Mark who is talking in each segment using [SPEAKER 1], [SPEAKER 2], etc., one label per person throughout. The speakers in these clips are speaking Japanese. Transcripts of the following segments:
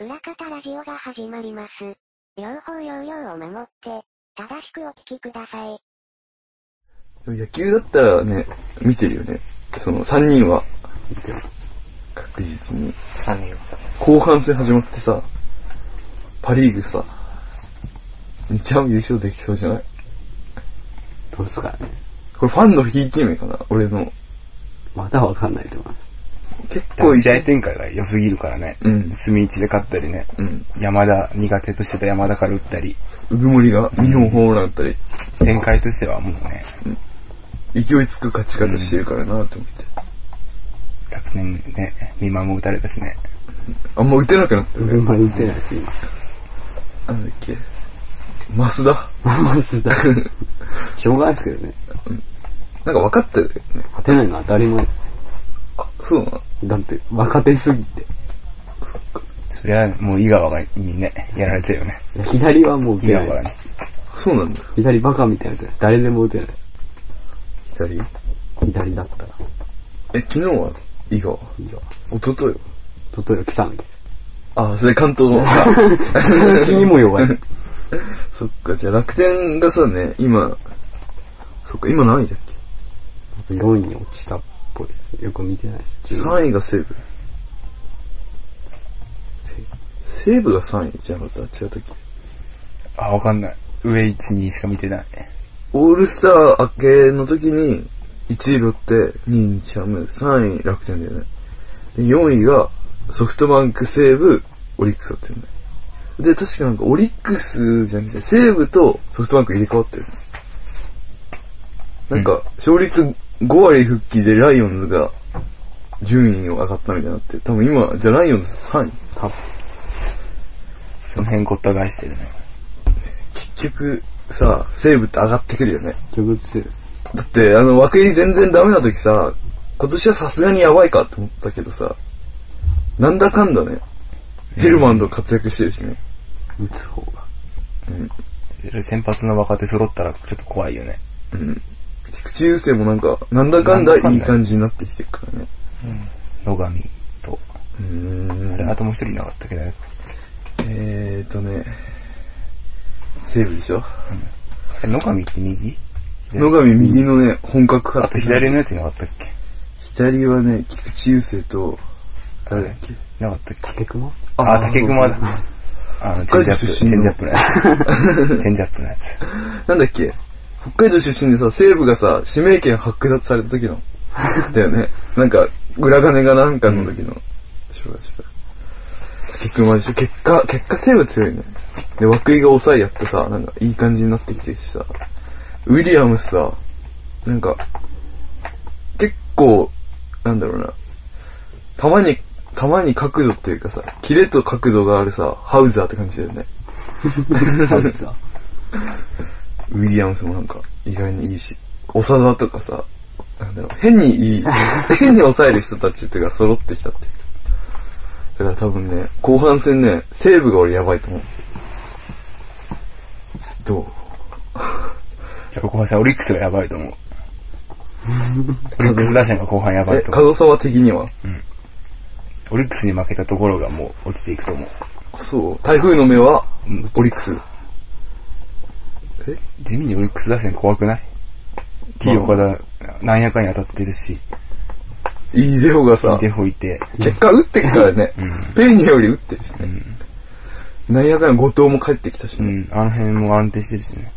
[SPEAKER 1] 裏方ラジオが始まります。両方要領を守って、正しくお聞きください。
[SPEAKER 2] でも野球だったらね、見てるよね。その3人は、確実に。
[SPEAKER 3] 3人は。
[SPEAKER 2] 後半戦始まってさ、パリーグさ、2チャン優勝できそうじゃない
[SPEAKER 3] どうですかね。
[SPEAKER 2] これファンのひいき目かな俺の。
[SPEAKER 3] まだわかんないと思います。
[SPEAKER 2] 結構い
[SPEAKER 4] 試合展開が良すぎるからね。
[SPEAKER 2] うん
[SPEAKER 4] 隅一で勝ったりね。
[SPEAKER 2] うん。
[SPEAKER 4] 山田、苦手としてた山田から打ったり、
[SPEAKER 2] うぐもりが2本ホームラン打ったり、
[SPEAKER 4] 展開としてはもうね、
[SPEAKER 2] 勢いつく勝ち方してるからなって思って。
[SPEAKER 4] 楽天ね、見守も打たれたしね。
[SPEAKER 2] あんま打てなくなったよね。
[SPEAKER 3] 群馬に行ってないです、今。
[SPEAKER 2] なんだっけ。マスダ。
[SPEAKER 3] マスダ。しょうがないですけどね。
[SPEAKER 2] なんか分かったよね。
[SPEAKER 3] 勝てないのは当たり前です。
[SPEAKER 2] あ、そうなの
[SPEAKER 3] だって、若手すぎて。
[SPEAKER 4] そりゃもう井川がにね、やられちゃうよね。
[SPEAKER 3] 左はもう打
[SPEAKER 4] 井
[SPEAKER 3] て
[SPEAKER 4] 川
[SPEAKER 3] な
[SPEAKER 4] が
[SPEAKER 3] い。
[SPEAKER 4] ね。
[SPEAKER 2] そうなんだ。
[SPEAKER 3] 左バカみたいな。誰でも打てない。
[SPEAKER 2] 左。
[SPEAKER 3] 左だったら。
[SPEAKER 2] え、昨日は伊賀
[SPEAKER 3] いいよ。
[SPEAKER 2] 一昨日は
[SPEAKER 3] 例えば、キサンキ。
[SPEAKER 2] あ、それ関東の。
[SPEAKER 3] にも弱い。
[SPEAKER 2] そっか、じゃあ楽天がさね、今、そっか、今何位だっ
[SPEAKER 3] 4位に落ちたっぽいです。よく見てないです。
[SPEAKER 2] け
[SPEAKER 3] 10
[SPEAKER 2] ?3 位が西武。
[SPEAKER 3] セーフ
[SPEAKER 2] 西武が3位じゃなかった違ったっけ
[SPEAKER 4] あ、わかんない。上1、2しか見てない。
[SPEAKER 2] オールスター明けの時に、1位ロッテ、2位にチャム、3位楽天だよね。で、4位がソフトバンク、西武、オリックスだったよね。で、確かなんかオリックスじゃなくて、西武とソフトバンク入れ替わったよね。なんか、勝率5割復帰でライオンズが順位を上がったみたいになって、多分今、じゃあライオンズ3位
[SPEAKER 3] 多分。
[SPEAKER 4] その辺ごった返してるね。
[SPEAKER 2] 結局、さ、西武って上がってくるよね。
[SPEAKER 3] 局強いです。
[SPEAKER 2] だって、あの、枠入り全然ダメな時さ、今年はさすがにやばいかって思ったけどさ、なんだかんだね、ヘルマンド活躍してるしね。
[SPEAKER 3] 打つ方が。
[SPEAKER 4] 先発の若手揃ったらちょっと怖いよね。
[SPEAKER 2] うん。菊池雄星もなんか、なんだかんだ
[SPEAKER 4] なんだか
[SPEAKER 2] い
[SPEAKER 4] んだ
[SPEAKER 2] い感じになってきてるからね。
[SPEAKER 4] 野上と。
[SPEAKER 2] う
[SPEAKER 4] あれ、
[SPEAKER 2] ーん。
[SPEAKER 4] あともう一人いなかったけど、
[SPEAKER 2] えーとね、セーブでしょ
[SPEAKER 4] え野上って右
[SPEAKER 2] 野上右のね、本格派。
[SPEAKER 4] あと左のやついなかったっけ
[SPEAKER 2] 左はね、菊池雄星と、誰だっけ
[SPEAKER 4] いなかったっけ
[SPEAKER 3] 竹熊
[SPEAKER 4] あ竹熊だ。あの、チェンジアップ、チ
[SPEAKER 2] 北海道出身の
[SPEAKER 4] ェンジアップの やつ。チェンジアップのやつ。
[SPEAKER 2] なんだっけ北海道出身でさ、西武がさ、指名権剥奪された時の。だよね。なんか、裏金がなんかの時の。しょうがしょうが。結局まあでしょ。結果、結果西武強いね。で、涌井が抑えやってさ、なんかいい感じになってきてるしさ、ウィリアムスさ、なんか、結構、なんだろうな、たまに、たまに角度っていうかさ、キレと角度があるさ、ハウザーって感じだよね。
[SPEAKER 3] 打つわ。
[SPEAKER 2] ウィリアムスもなんか意外にいいし、長田とかさ、なんだろう、変にいい、 変に抑える人たちっていうか揃ってきたっていうか。だから多分ね、後半戦ね、西武が俺やばいと思う。どう
[SPEAKER 4] 後半戦オリックスがやばい と思う。オリックス打線が後半やば
[SPEAKER 2] え、
[SPEAKER 4] いと思
[SPEAKER 2] 角
[SPEAKER 4] う。
[SPEAKER 2] 沢的には
[SPEAKER 4] オリックスに負けたところがもう落ちていくと思う。
[SPEAKER 2] そう。台風の目は
[SPEAKER 4] うん、
[SPEAKER 2] オリックス。
[SPEAKER 4] 地味にオリックス打線怖くない ?T 岡田、なんやかに当たってるし、
[SPEAKER 2] いいデオがさ
[SPEAKER 4] 手、吹いて、
[SPEAKER 2] 結果打ってくからね、ペーニより打ってるしね。なんやかんや後藤も帰ってきたし
[SPEAKER 4] う
[SPEAKER 2] ね。
[SPEAKER 4] ん、あの辺も安定してるしね。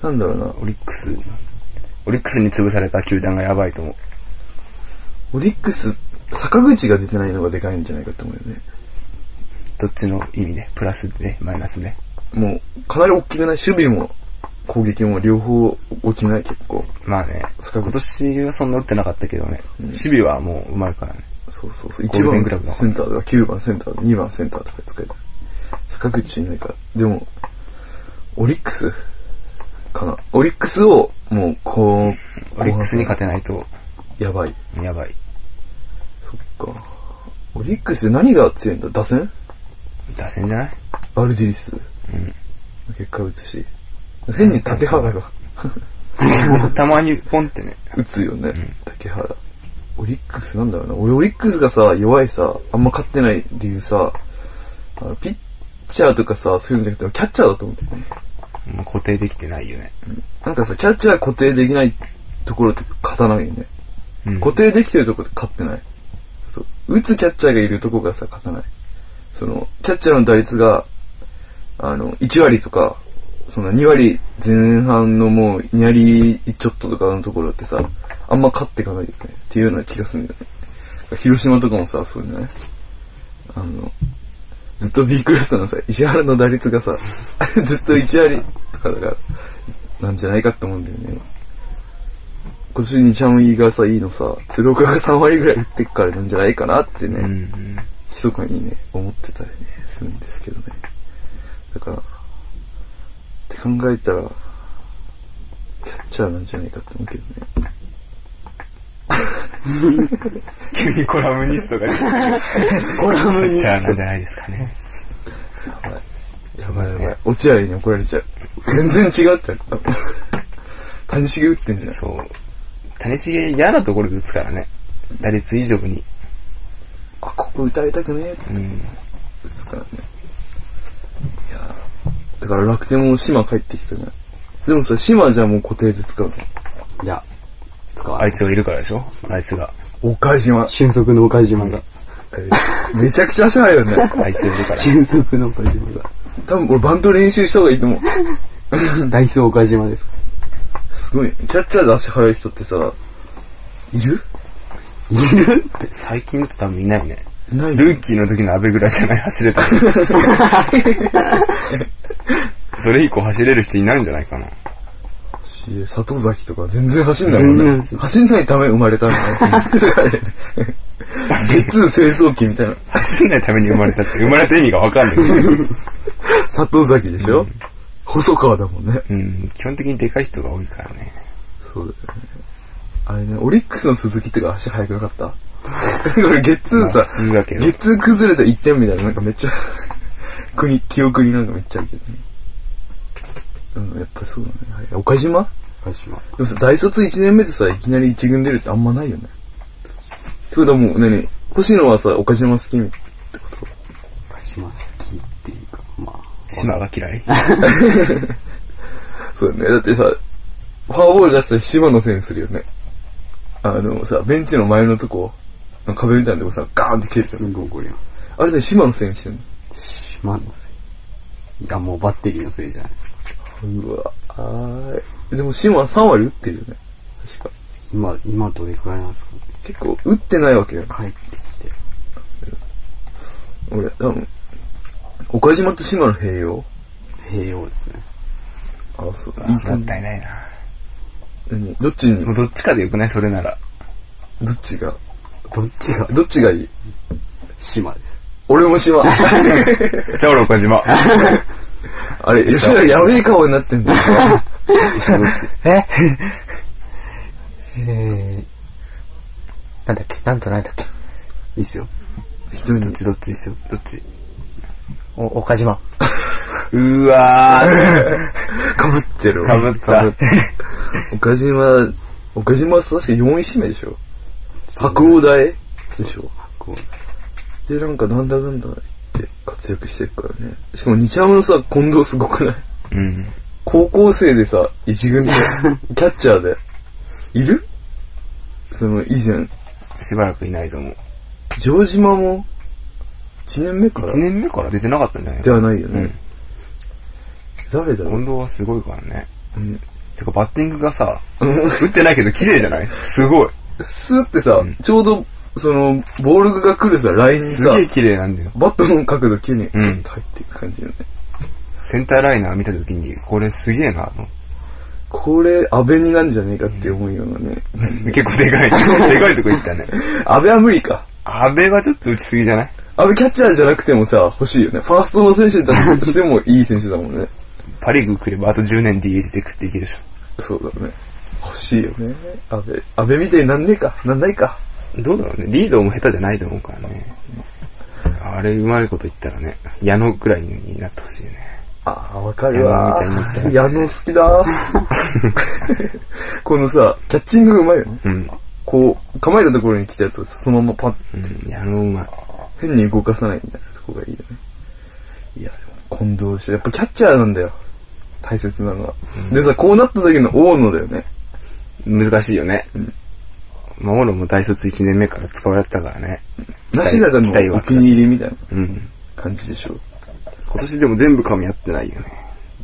[SPEAKER 2] なんだろうな、
[SPEAKER 4] オリックス、オリックスに潰された球団がやばいと思う。
[SPEAKER 2] オリックス、坂口が出てないのがでかいんじゃないかと思うよね。
[SPEAKER 4] どっちの意味で、プラスで、マイナスで。
[SPEAKER 2] もう、かなり大きくない守備も、攻撃も両方落ちない結構。
[SPEAKER 4] まあね、
[SPEAKER 2] 坂口
[SPEAKER 4] 今年はそんな打ってなかったけどね、守備はもううまいからね。
[SPEAKER 2] そうそうそう。
[SPEAKER 4] ゴー
[SPEAKER 2] 1
[SPEAKER 4] ルデン
[SPEAKER 2] 番
[SPEAKER 4] グラブだか
[SPEAKER 2] セ
[SPEAKER 4] ら
[SPEAKER 2] ンターとか9番センター、2番センターとか使えた。坂口いないから。でも、オリックスかな。オリックスを、もう、こう、
[SPEAKER 4] オリックスに
[SPEAKER 2] 後半
[SPEAKER 4] 勝てないと、
[SPEAKER 2] 戦やばい。
[SPEAKER 4] やばい。
[SPEAKER 2] そっか。オリックスで何が強いんだ打線
[SPEAKER 4] 打線じゃない
[SPEAKER 2] バルディリス。
[SPEAKER 4] うん。
[SPEAKER 2] 結果打つし。変に竹原が
[SPEAKER 4] たまにポンってね。
[SPEAKER 2] 打つよね、竹原。オリックスなんだろうな。俺オリックスがさ、弱いさ、あんま勝ってない理由さ、あのピッチャーとかさ、そういうんじゃなくて、キャッチャーだと思ってる
[SPEAKER 4] もう固定できてないよね。
[SPEAKER 2] なんかさ、キャッチャー固定できないところって勝たないよね。
[SPEAKER 4] うん
[SPEAKER 2] 固定できてるところって勝ってない。そう打つキャッチャーがいるところがさ、勝たない。その、キャッチャーの打率が、あの、1割とか、その2割前半のもう2割ちょっととかのところってさ、あんま勝っていかないよね。っていうような気がするんだよね。広島とかもさ、そうじゃないあの、ずっとびっくりしたのはさ、石原の打率がさ、 ずっと1割とかだから、なんじゃないかって思うんだよね。今年にちゃんいいがさ、いいのさ、鶴岡が3割ぐらい打ってっからなんじゃないかなってね、
[SPEAKER 4] うん。
[SPEAKER 2] 密かにね、思ってたりね、するんですけどね。だから、って考えたら、キャッチャーなんじゃないかって思うけどね。
[SPEAKER 4] 急にコラムニストが出てくる。
[SPEAKER 3] コラムに
[SPEAKER 4] じゃあなんじゃないですかね。
[SPEAKER 2] やばいやばい。落合に怒られちゃう。全然違うってな った。谷繁打ってんじゃん。
[SPEAKER 4] そう。谷繁嫌なところで打つからね。打率以上に。
[SPEAKER 2] あ、ここ打たれたくねえって
[SPEAKER 4] う
[SPEAKER 2] 打
[SPEAKER 4] ん。
[SPEAKER 2] つからね。いやーだから楽天も島帰ってきたじゃん。でもさ、島じゃもう固定で使うの。
[SPEAKER 3] いや、使わ
[SPEAKER 4] あ
[SPEAKER 3] ない
[SPEAKER 4] いつがいるからでしょあいつが。
[SPEAKER 2] 岡島。
[SPEAKER 3] 俊足の岡島が。
[SPEAKER 2] めちゃくちゃ足速いよね。
[SPEAKER 4] あいつがいるから。
[SPEAKER 3] 俊足の岡島
[SPEAKER 2] 多分俺バント練習した方がいいと思う。
[SPEAKER 3] が。ダイソー岡島です。
[SPEAKER 2] すごい。キャッチャーで足速い人ってさ、いる
[SPEAKER 3] いる
[SPEAKER 4] 最近だと多分いないね。
[SPEAKER 2] ない
[SPEAKER 4] ルーキーの時の阿部ぐらいじゃない走 れたの。それ以降走れる人いないんじゃないかな。
[SPEAKER 2] し、里崎とか全然走んないもん
[SPEAKER 3] 全然
[SPEAKER 2] ね
[SPEAKER 3] 走。ん
[SPEAKER 2] 走んないため生まれたみ たいな。ゲッツー清掃機みたいな。
[SPEAKER 4] 走んないために生まれたって、生まれた意味がわかんないけど。
[SPEAKER 2] 里崎でしょ、細川だもんね。
[SPEAKER 4] うん。基本的にでかい人が多いからね。
[SPEAKER 2] そうだよね。あれね、オリックスの鈴木ってか足速くなかった これゲッツー
[SPEAKER 4] まあ
[SPEAKER 2] さ、
[SPEAKER 4] 普通だけど
[SPEAKER 2] ゲッツー崩れた1点みたいな、なんかめっちゃ、 国、記憶になんかめっちゃあるけどね。うん、やっぱそうだね。はい岡島
[SPEAKER 3] 岡島。
[SPEAKER 2] でもさ、大卒1年目でさ、いきなり1軍出るってあんまないよね。ってことはもう、ねね、星野はさ、岡島好きみ
[SPEAKER 3] 岡島好きっていうか、まあ。
[SPEAKER 4] 島が嫌い。
[SPEAKER 2] そうだね。だってさ、ファーボール出したら島のせいにするよね。あのさ、ベンチの前のとこ、の壁みたいなとこさ、ガーンって蹴る
[SPEAKER 3] すぐ怒りま
[SPEAKER 2] あれで島のせいにしてんの
[SPEAKER 3] す。島のせい。いや、もうバッテリーのせいじゃないですか。
[SPEAKER 2] うわ、あーい。でも島は3割打ってるよね。確か。
[SPEAKER 3] 今、今どれくらいなんですかね
[SPEAKER 2] 結構打ってないわけよ。
[SPEAKER 3] 帰ってきて。
[SPEAKER 2] 俺、多分、岡島と島の併用
[SPEAKER 3] 併用ですね。
[SPEAKER 2] あ、そう。いい
[SPEAKER 4] も
[SPEAKER 2] か
[SPEAKER 4] ったいないな。
[SPEAKER 2] 何どっちに
[SPEAKER 4] もう、どっちかでよくないそれなら。
[SPEAKER 2] どっちが、
[SPEAKER 3] どっちが
[SPEAKER 2] どっちがいい
[SPEAKER 3] 島です。
[SPEAKER 2] 俺も 島。
[SPEAKER 4] じゃあ俺岡島。
[SPEAKER 2] あれ、吉田やべえ顔になってんだよ。
[SPEAKER 4] どっち
[SPEAKER 3] ええー、なんだっけなんとなんだっけいいっすよ。
[SPEAKER 2] 人に
[SPEAKER 3] どっ。ちどっちですよ。
[SPEAKER 4] どっち
[SPEAKER 3] お、岡島。
[SPEAKER 4] うわ ー。
[SPEAKER 2] かぶってるわ。
[SPEAKER 4] かぶった。
[SPEAKER 2] 岡島、岡島は確か4位指名でしょ白鴎大でしょ
[SPEAKER 3] こう、
[SPEAKER 2] で、なんかなんだかんだ言って活躍してるからね。しかも日ハムのさ、近藤すごくない
[SPEAKER 4] うん。
[SPEAKER 2] 高校生でさ、一軍で、キャッチャーで、いるその以前、
[SPEAKER 4] しばらくいないと思う。
[SPEAKER 2] 城島も、1年目から
[SPEAKER 4] 1年目から出てなかったんじゃない
[SPEAKER 2] ではないよね。
[SPEAKER 4] うん
[SPEAKER 2] 誰だろう、
[SPEAKER 4] 近藤はすごいからね。
[SPEAKER 2] うん、
[SPEAKER 4] てかバッティングがさ、打ってないけど綺麗じゃないすごい。
[SPEAKER 2] スーってさ、ちょうど、その、ボールが来るさ、ラインに
[SPEAKER 4] す
[SPEAKER 2] さ
[SPEAKER 4] げ、え綺麗なんだよ。
[SPEAKER 2] バットの角度急に、ス
[SPEAKER 4] ん
[SPEAKER 2] ッと入っていく感じよね。
[SPEAKER 4] センターライナー見た時に、これすげえなと思って。
[SPEAKER 2] これ、安倍になんじゃねえかって思うようなね。
[SPEAKER 4] 結構でかい。でかいとこ行ったね。
[SPEAKER 2] 安倍は無理か。
[SPEAKER 4] 安倍はちょっと打ちすぎじゃない
[SPEAKER 2] 安倍キャッチャーじゃなくてもさ、欲しいよね。ファーストの選手だとしてもいい選手だもんね。
[SPEAKER 4] パリーグ来ればあと10年 DH で食っていけるでし
[SPEAKER 2] そうだね。欲しいよね。安倍、安倍みたいになんねえか。なんないか。
[SPEAKER 4] ょ。どうだろうね。リードも下手じゃないと思うからね。あれうまいこと言ったらね、矢野くらいになってほしいよね。
[SPEAKER 2] ああ、わかるわ
[SPEAKER 4] 矢野みたい。に
[SPEAKER 2] 矢野好き だ。このさ、キャッチングうまいよね。
[SPEAKER 4] うん。
[SPEAKER 2] こう、構えたところに来たやつをさそのままパッ、
[SPEAKER 4] うん、矢野うまい。
[SPEAKER 2] 変に動かさないみたいなとこがいいよね。近藤翔。やっぱキャッチャーなんだよ。大切なのは。でさ、こうなった時の大野だよね。
[SPEAKER 4] 難しいよね。守るも大卒1年目から使われてたからね。
[SPEAKER 2] 梨坂の
[SPEAKER 4] 期待は
[SPEAKER 2] お
[SPEAKER 4] あった
[SPEAKER 2] 気に入りみたいな
[SPEAKER 4] うん。
[SPEAKER 2] 感じでしょ。
[SPEAKER 4] 今年でも全部噛み合ってないよね。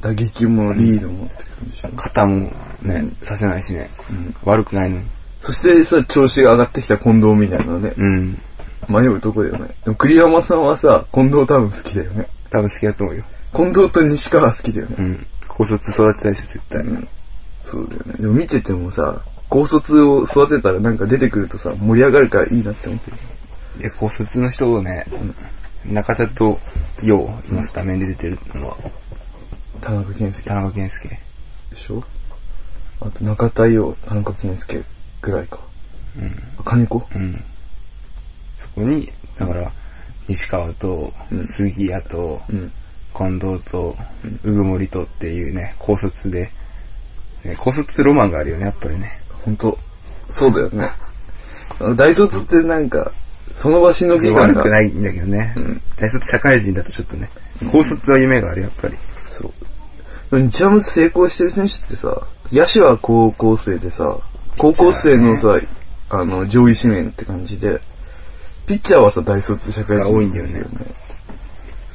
[SPEAKER 2] 打撃もリードもって感じでしょ。
[SPEAKER 4] 肩もね、させないしね。悪くないのに。
[SPEAKER 2] そしてさ、調子が上がってきた近藤みたいなのはね、
[SPEAKER 4] うん。
[SPEAKER 2] 迷うとこだよね。でも栗山さんはさ、近藤多分好きだよね。
[SPEAKER 4] 多分好きだと思うよ。
[SPEAKER 2] 近藤と西川好きだよね。
[SPEAKER 4] うん。高卒育てたでしょ、絶対。
[SPEAKER 2] うんそうだよね。でも見ててもさ、高卒を育てたらなんか出てくるとさ、盛り上がるからいいなって思ってる。
[SPEAKER 4] いや、高卒の人をね、中田と陽、今スタメンで出てるのは、
[SPEAKER 2] 田中健介
[SPEAKER 4] 田中健介。
[SPEAKER 2] でしょあと中田洋、田中健介ぐらいか。うん。金子
[SPEAKER 4] うん。そこに、だから、西川と、杉谷と、
[SPEAKER 2] うん。
[SPEAKER 4] 近藤と、うぐもりとっていうね、高卒で、ね高卒ロマンがあるよね、やっぱりね。
[SPEAKER 2] ほんと。そうだよね。あの大卒ってなんか、その場しのぎ感
[SPEAKER 4] 悪
[SPEAKER 2] が。
[SPEAKER 4] くないんだけどね。大卒社会人だとちょっとね、高卒は夢がある、やっぱり。
[SPEAKER 2] そう。でも日ハム成功してる選手ってさ、野手は高校生でさ、高校生のさ、あの、上位指名って感じで、ピッチャーはさ、大卒社会人
[SPEAKER 4] が多いんだよね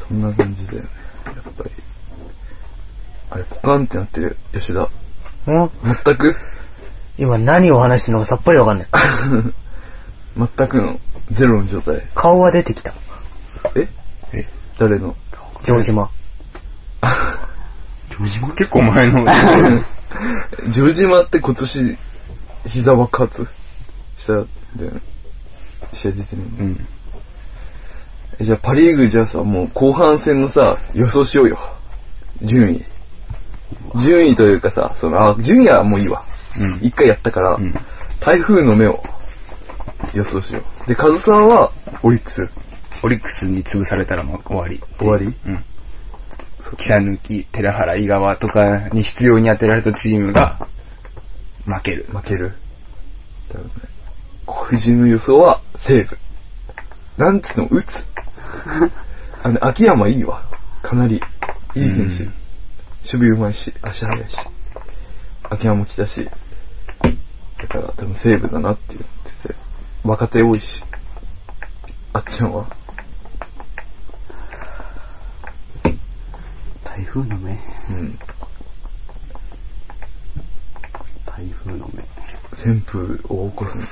[SPEAKER 2] そんな感じだよね。やっぱり。あれ、ポカンってなってる、吉田。
[SPEAKER 3] ん
[SPEAKER 2] 全く、
[SPEAKER 3] 今何を話してるのかさっぱりわかんない。
[SPEAKER 2] 全くの、ゼロの状態。
[SPEAKER 3] 顔は出てきた。
[SPEAKER 2] え
[SPEAKER 4] え
[SPEAKER 2] 誰の
[SPEAKER 3] 城島。
[SPEAKER 4] 結構前の、
[SPEAKER 2] 城島って今年、膝爆発したんだよね。試合出てるの。
[SPEAKER 4] うん。
[SPEAKER 2] えじゃあパリーグじゃあさ、もう後半戦のさ、予想しようよ。順位。順位というかさ、その、あ、順位はもういいわ。一、回やったから、台風の目を予想しよう。で、カズさんはオリックス。
[SPEAKER 4] オリックスに潰されたらもう終わり。
[SPEAKER 2] 終わり
[SPEAKER 4] うん。そう記者抜き、寺原、井川とかに必要に当てられたチームが、負ける。
[SPEAKER 2] 負ける。だよね。黒人の予想は西武。なんつうの、打つ。あの、秋山いいわ。かなり。いい選手。守備うまいし、足速いし。秋山も来たし。だから多分西武だなって言ってて。若手多いし。あっちゃんは
[SPEAKER 5] 台風の目
[SPEAKER 2] うん。
[SPEAKER 5] 台風の目
[SPEAKER 2] 旋風を起こすの。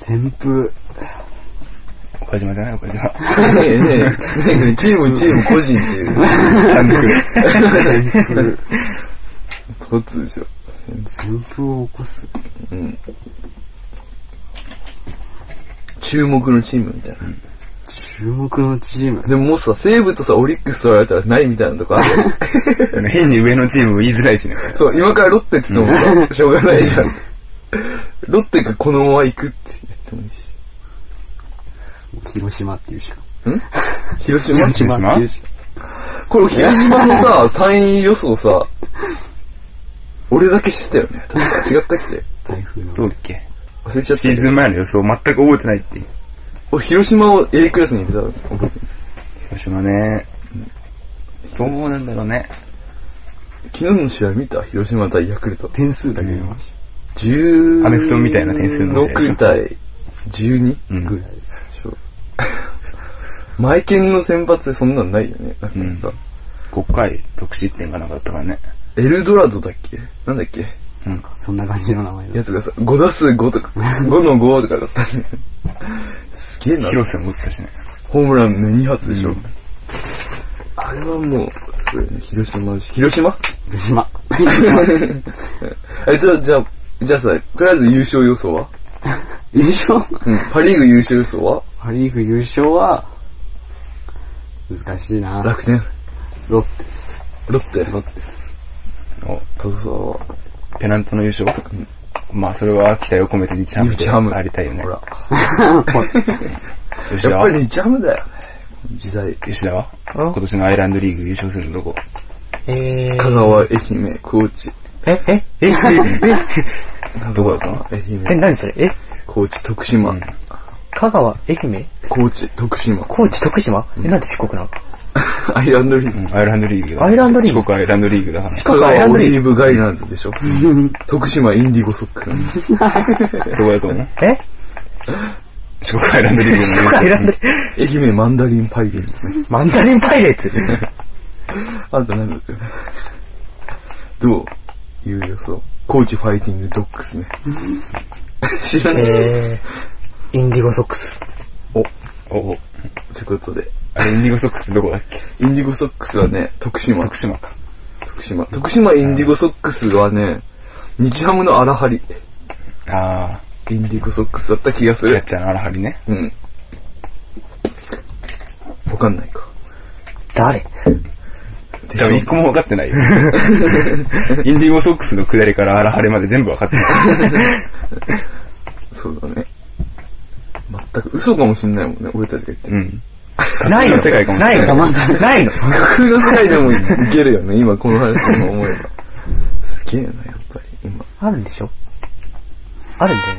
[SPEAKER 5] 旋風
[SPEAKER 4] 岡島じゃない岡島。
[SPEAKER 2] ねえねえ、ねえチーム、チーム、個人っていう。
[SPEAKER 4] 単独
[SPEAKER 2] 突如。
[SPEAKER 5] 旋風を起こす
[SPEAKER 2] 注目のチームみたいな。
[SPEAKER 5] 注目のチーム
[SPEAKER 2] でももうさ、西武とさ、オリックス取られたらないみたいなとこあるよね
[SPEAKER 4] 変に上のチームも言いづらいしね。
[SPEAKER 2] そう、今からロッテって言ってもさ、しょうがないじゃん。ロッテがこのまま行くって言ってもいいし。
[SPEAKER 5] 広島っていうしか
[SPEAKER 2] 広島
[SPEAKER 4] 広島
[SPEAKER 5] っていうしか
[SPEAKER 2] これ広島のさ、3位予想さ、俺だけ知ってたよね。確か違ったっけ
[SPEAKER 5] 台風の
[SPEAKER 4] どうだっけ
[SPEAKER 2] 忘れちゃった
[SPEAKER 4] シ
[SPEAKER 2] け
[SPEAKER 4] ーズ
[SPEAKER 2] ど。
[SPEAKER 4] ン前の予想全く覚えてないっていう。
[SPEAKER 2] 俺、広島を A クラスに入れたの覚えてる
[SPEAKER 4] 広島ね。どうなんだろうね。
[SPEAKER 2] 昨日の試合見た広島対ヤクルト。
[SPEAKER 5] 点数だけ見まし
[SPEAKER 2] 10
[SPEAKER 4] アメフトみたいな点数の試合
[SPEAKER 2] 6対 12?
[SPEAKER 4] う
[SPEAKER 5] たぐ
[SPEAKER 4] ん。
[SPEAKER 5] らいです
[SPEAKER 2] そう マイケンの先発でそんなんないよね。なかなか。
[SPEAKER 4] 5回6失点がなかったからね。
[SPEAKER 2] エルドラドだっけなんだっけ
[SPEAKER 4] うん。
[SPEAKER 5] そんな感じの名前だ
[SPEAKER 2] やつがさ、5打数5とか、5の5とかだったんだよ。すげえな。
[SPEAKER 4] 広瀬も打ったしね。
[SPEAKER 2] ホームランの2発でしょ。あれはもう、そうよね。広島だし。広島
[SPEAKER 5] 広島
[SPEAKER 2] え、じゃあ、じゃあ、じゃあさ、とりあえず優勝予想は
[SPEAKER 5] 優勝
[SPEAKER 2] うん。パリーグ優勝予想は
[SPEAKER 5] パリーグ優勝は難しいな
[SPEAKER 2] 楽天。
[SPEAKER 5] ロッテ
[SPEAKER 2] ロッテ。ロッテ。
[SPEAKER 4] お
[SPEAKER 2] カズサは、
[SPEAKER 4] ペナントの優勝。まあ、それは期待を込めて日ハム
[SPEAKER 2] 日ハム。
[SPEAKER 4] でありたいよね
[SPEAKER 2] ほ。ら。やっ
[SPEAKER 4] 吉田
[SPEAKER 2] ぱ
[SPEAKER 4] は
[SPEAKER 2] り日ハムだよね。時代。
[SPEAKER 4] 吉田は今年のアイランドリーグ優勝するのどこ
[SPEAKER 3] え
[SPEAKER 2] 香
[SPEAKER 3] ー、
[SPEAKER 2] 川、愛媛、高知。
[SPEAKER 3] え、え、え、え、
[SPEAKER 2] どこだったの愛
[SPEAKER 3] え、え、
[SPEAKER 2] 媛、
[SPEAKER 3] 何それえ、
[SPEAKER 2] 高知、徳島。
[SPEAKER 3] 香川、愛媛、
[SPEAKER 2] 高知、徳島。
[SPEAKER 3] 高知、徳島え、なんで四国なの
[SPEAKER 2] アイランドリー
[SPEAKER 4] う
[SPEAKER 2] グ。
[SPEAKER 4] ん、アイルランドリーグだ。
[SPEAKER 3] アイルランドリーグ
[SPEAKER 4] 四国アイルランドリーグだ。
[SPEAKER 3] カ
[SPEAKER 2] これ
[SPEAKER 3] アイランド
[SPEAKER 2] オ
[SPEAKER 3] リーグ
[SPEAKER 2] リーブガイランズでしょ。徳島インディゴソックス。
[SPEAKER 4] どこやと思 う
[SPEAKER 3] え
[SPEAKER 4] 四国アイルランドリーグの
[SPEAKER 3] 四国アイランドリーグ。
[SPEAKER 2] 愛媛マンダリンパイレーツね。
[SPEAKER 3] マンダリンパイレーツ。
[SPEAKER 2] あとなんだっけどういう予想。コーチファイティングドッグスね。知らない。
[SPEAKER 3] えー、インディゴソックス。
[SPEAKER 2] お、
[SPEAKER 4] おお。
[SPEAKER 2] ということで。
[SPEAKER 4] あれ、インディゴソックスってどこだっけ
[SPEAKER 2] インディゴソックスはね、徳島。
[SPEAKER 4] 徳島か。
[SPEAKER 2] 徳島。徳島インディゴソックスはね、日ハムの荒張り。
[SPEAKER 4] あ
[SPEAKER 2] インディゴソックスだった気がす
[SPEAKER 4] ー、やっ
[SPEAKER 2] る。
[SPEAKER 4] ちゃん、アラハリね。
[SPEAKER 2] うん。わかんないか。
[SPEAKER 3] 誰
[SPEAKER 2] で
[SPEAKER 4] 多分一個も分かって ないよ。インディゴソックスの下りからアラハリまで全部分かってない。
[SPEAKER 2] そうだね。全く嘘かもしんないもんね、俺たちが言って
[SPEAKER 4] う
[SPEAKER 2] る。
[SPEAKER 4] ん。
[SPEAKER 3] ないの
[SPEAKER 4] 世界かもしれ
[SPEAKER 3] な
[SPEAKER 4] ない
[SPEAKER 3] いのないの
[SPEAKER 2] 架空の世界でもいけるよね、今この話を思えば。すげえな、やっぱり、今。
[SPEAKER 3] あるんでしょあるんだよ。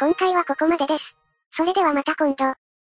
[SPEAKER 1] 今回はここまでです。それではまた今度。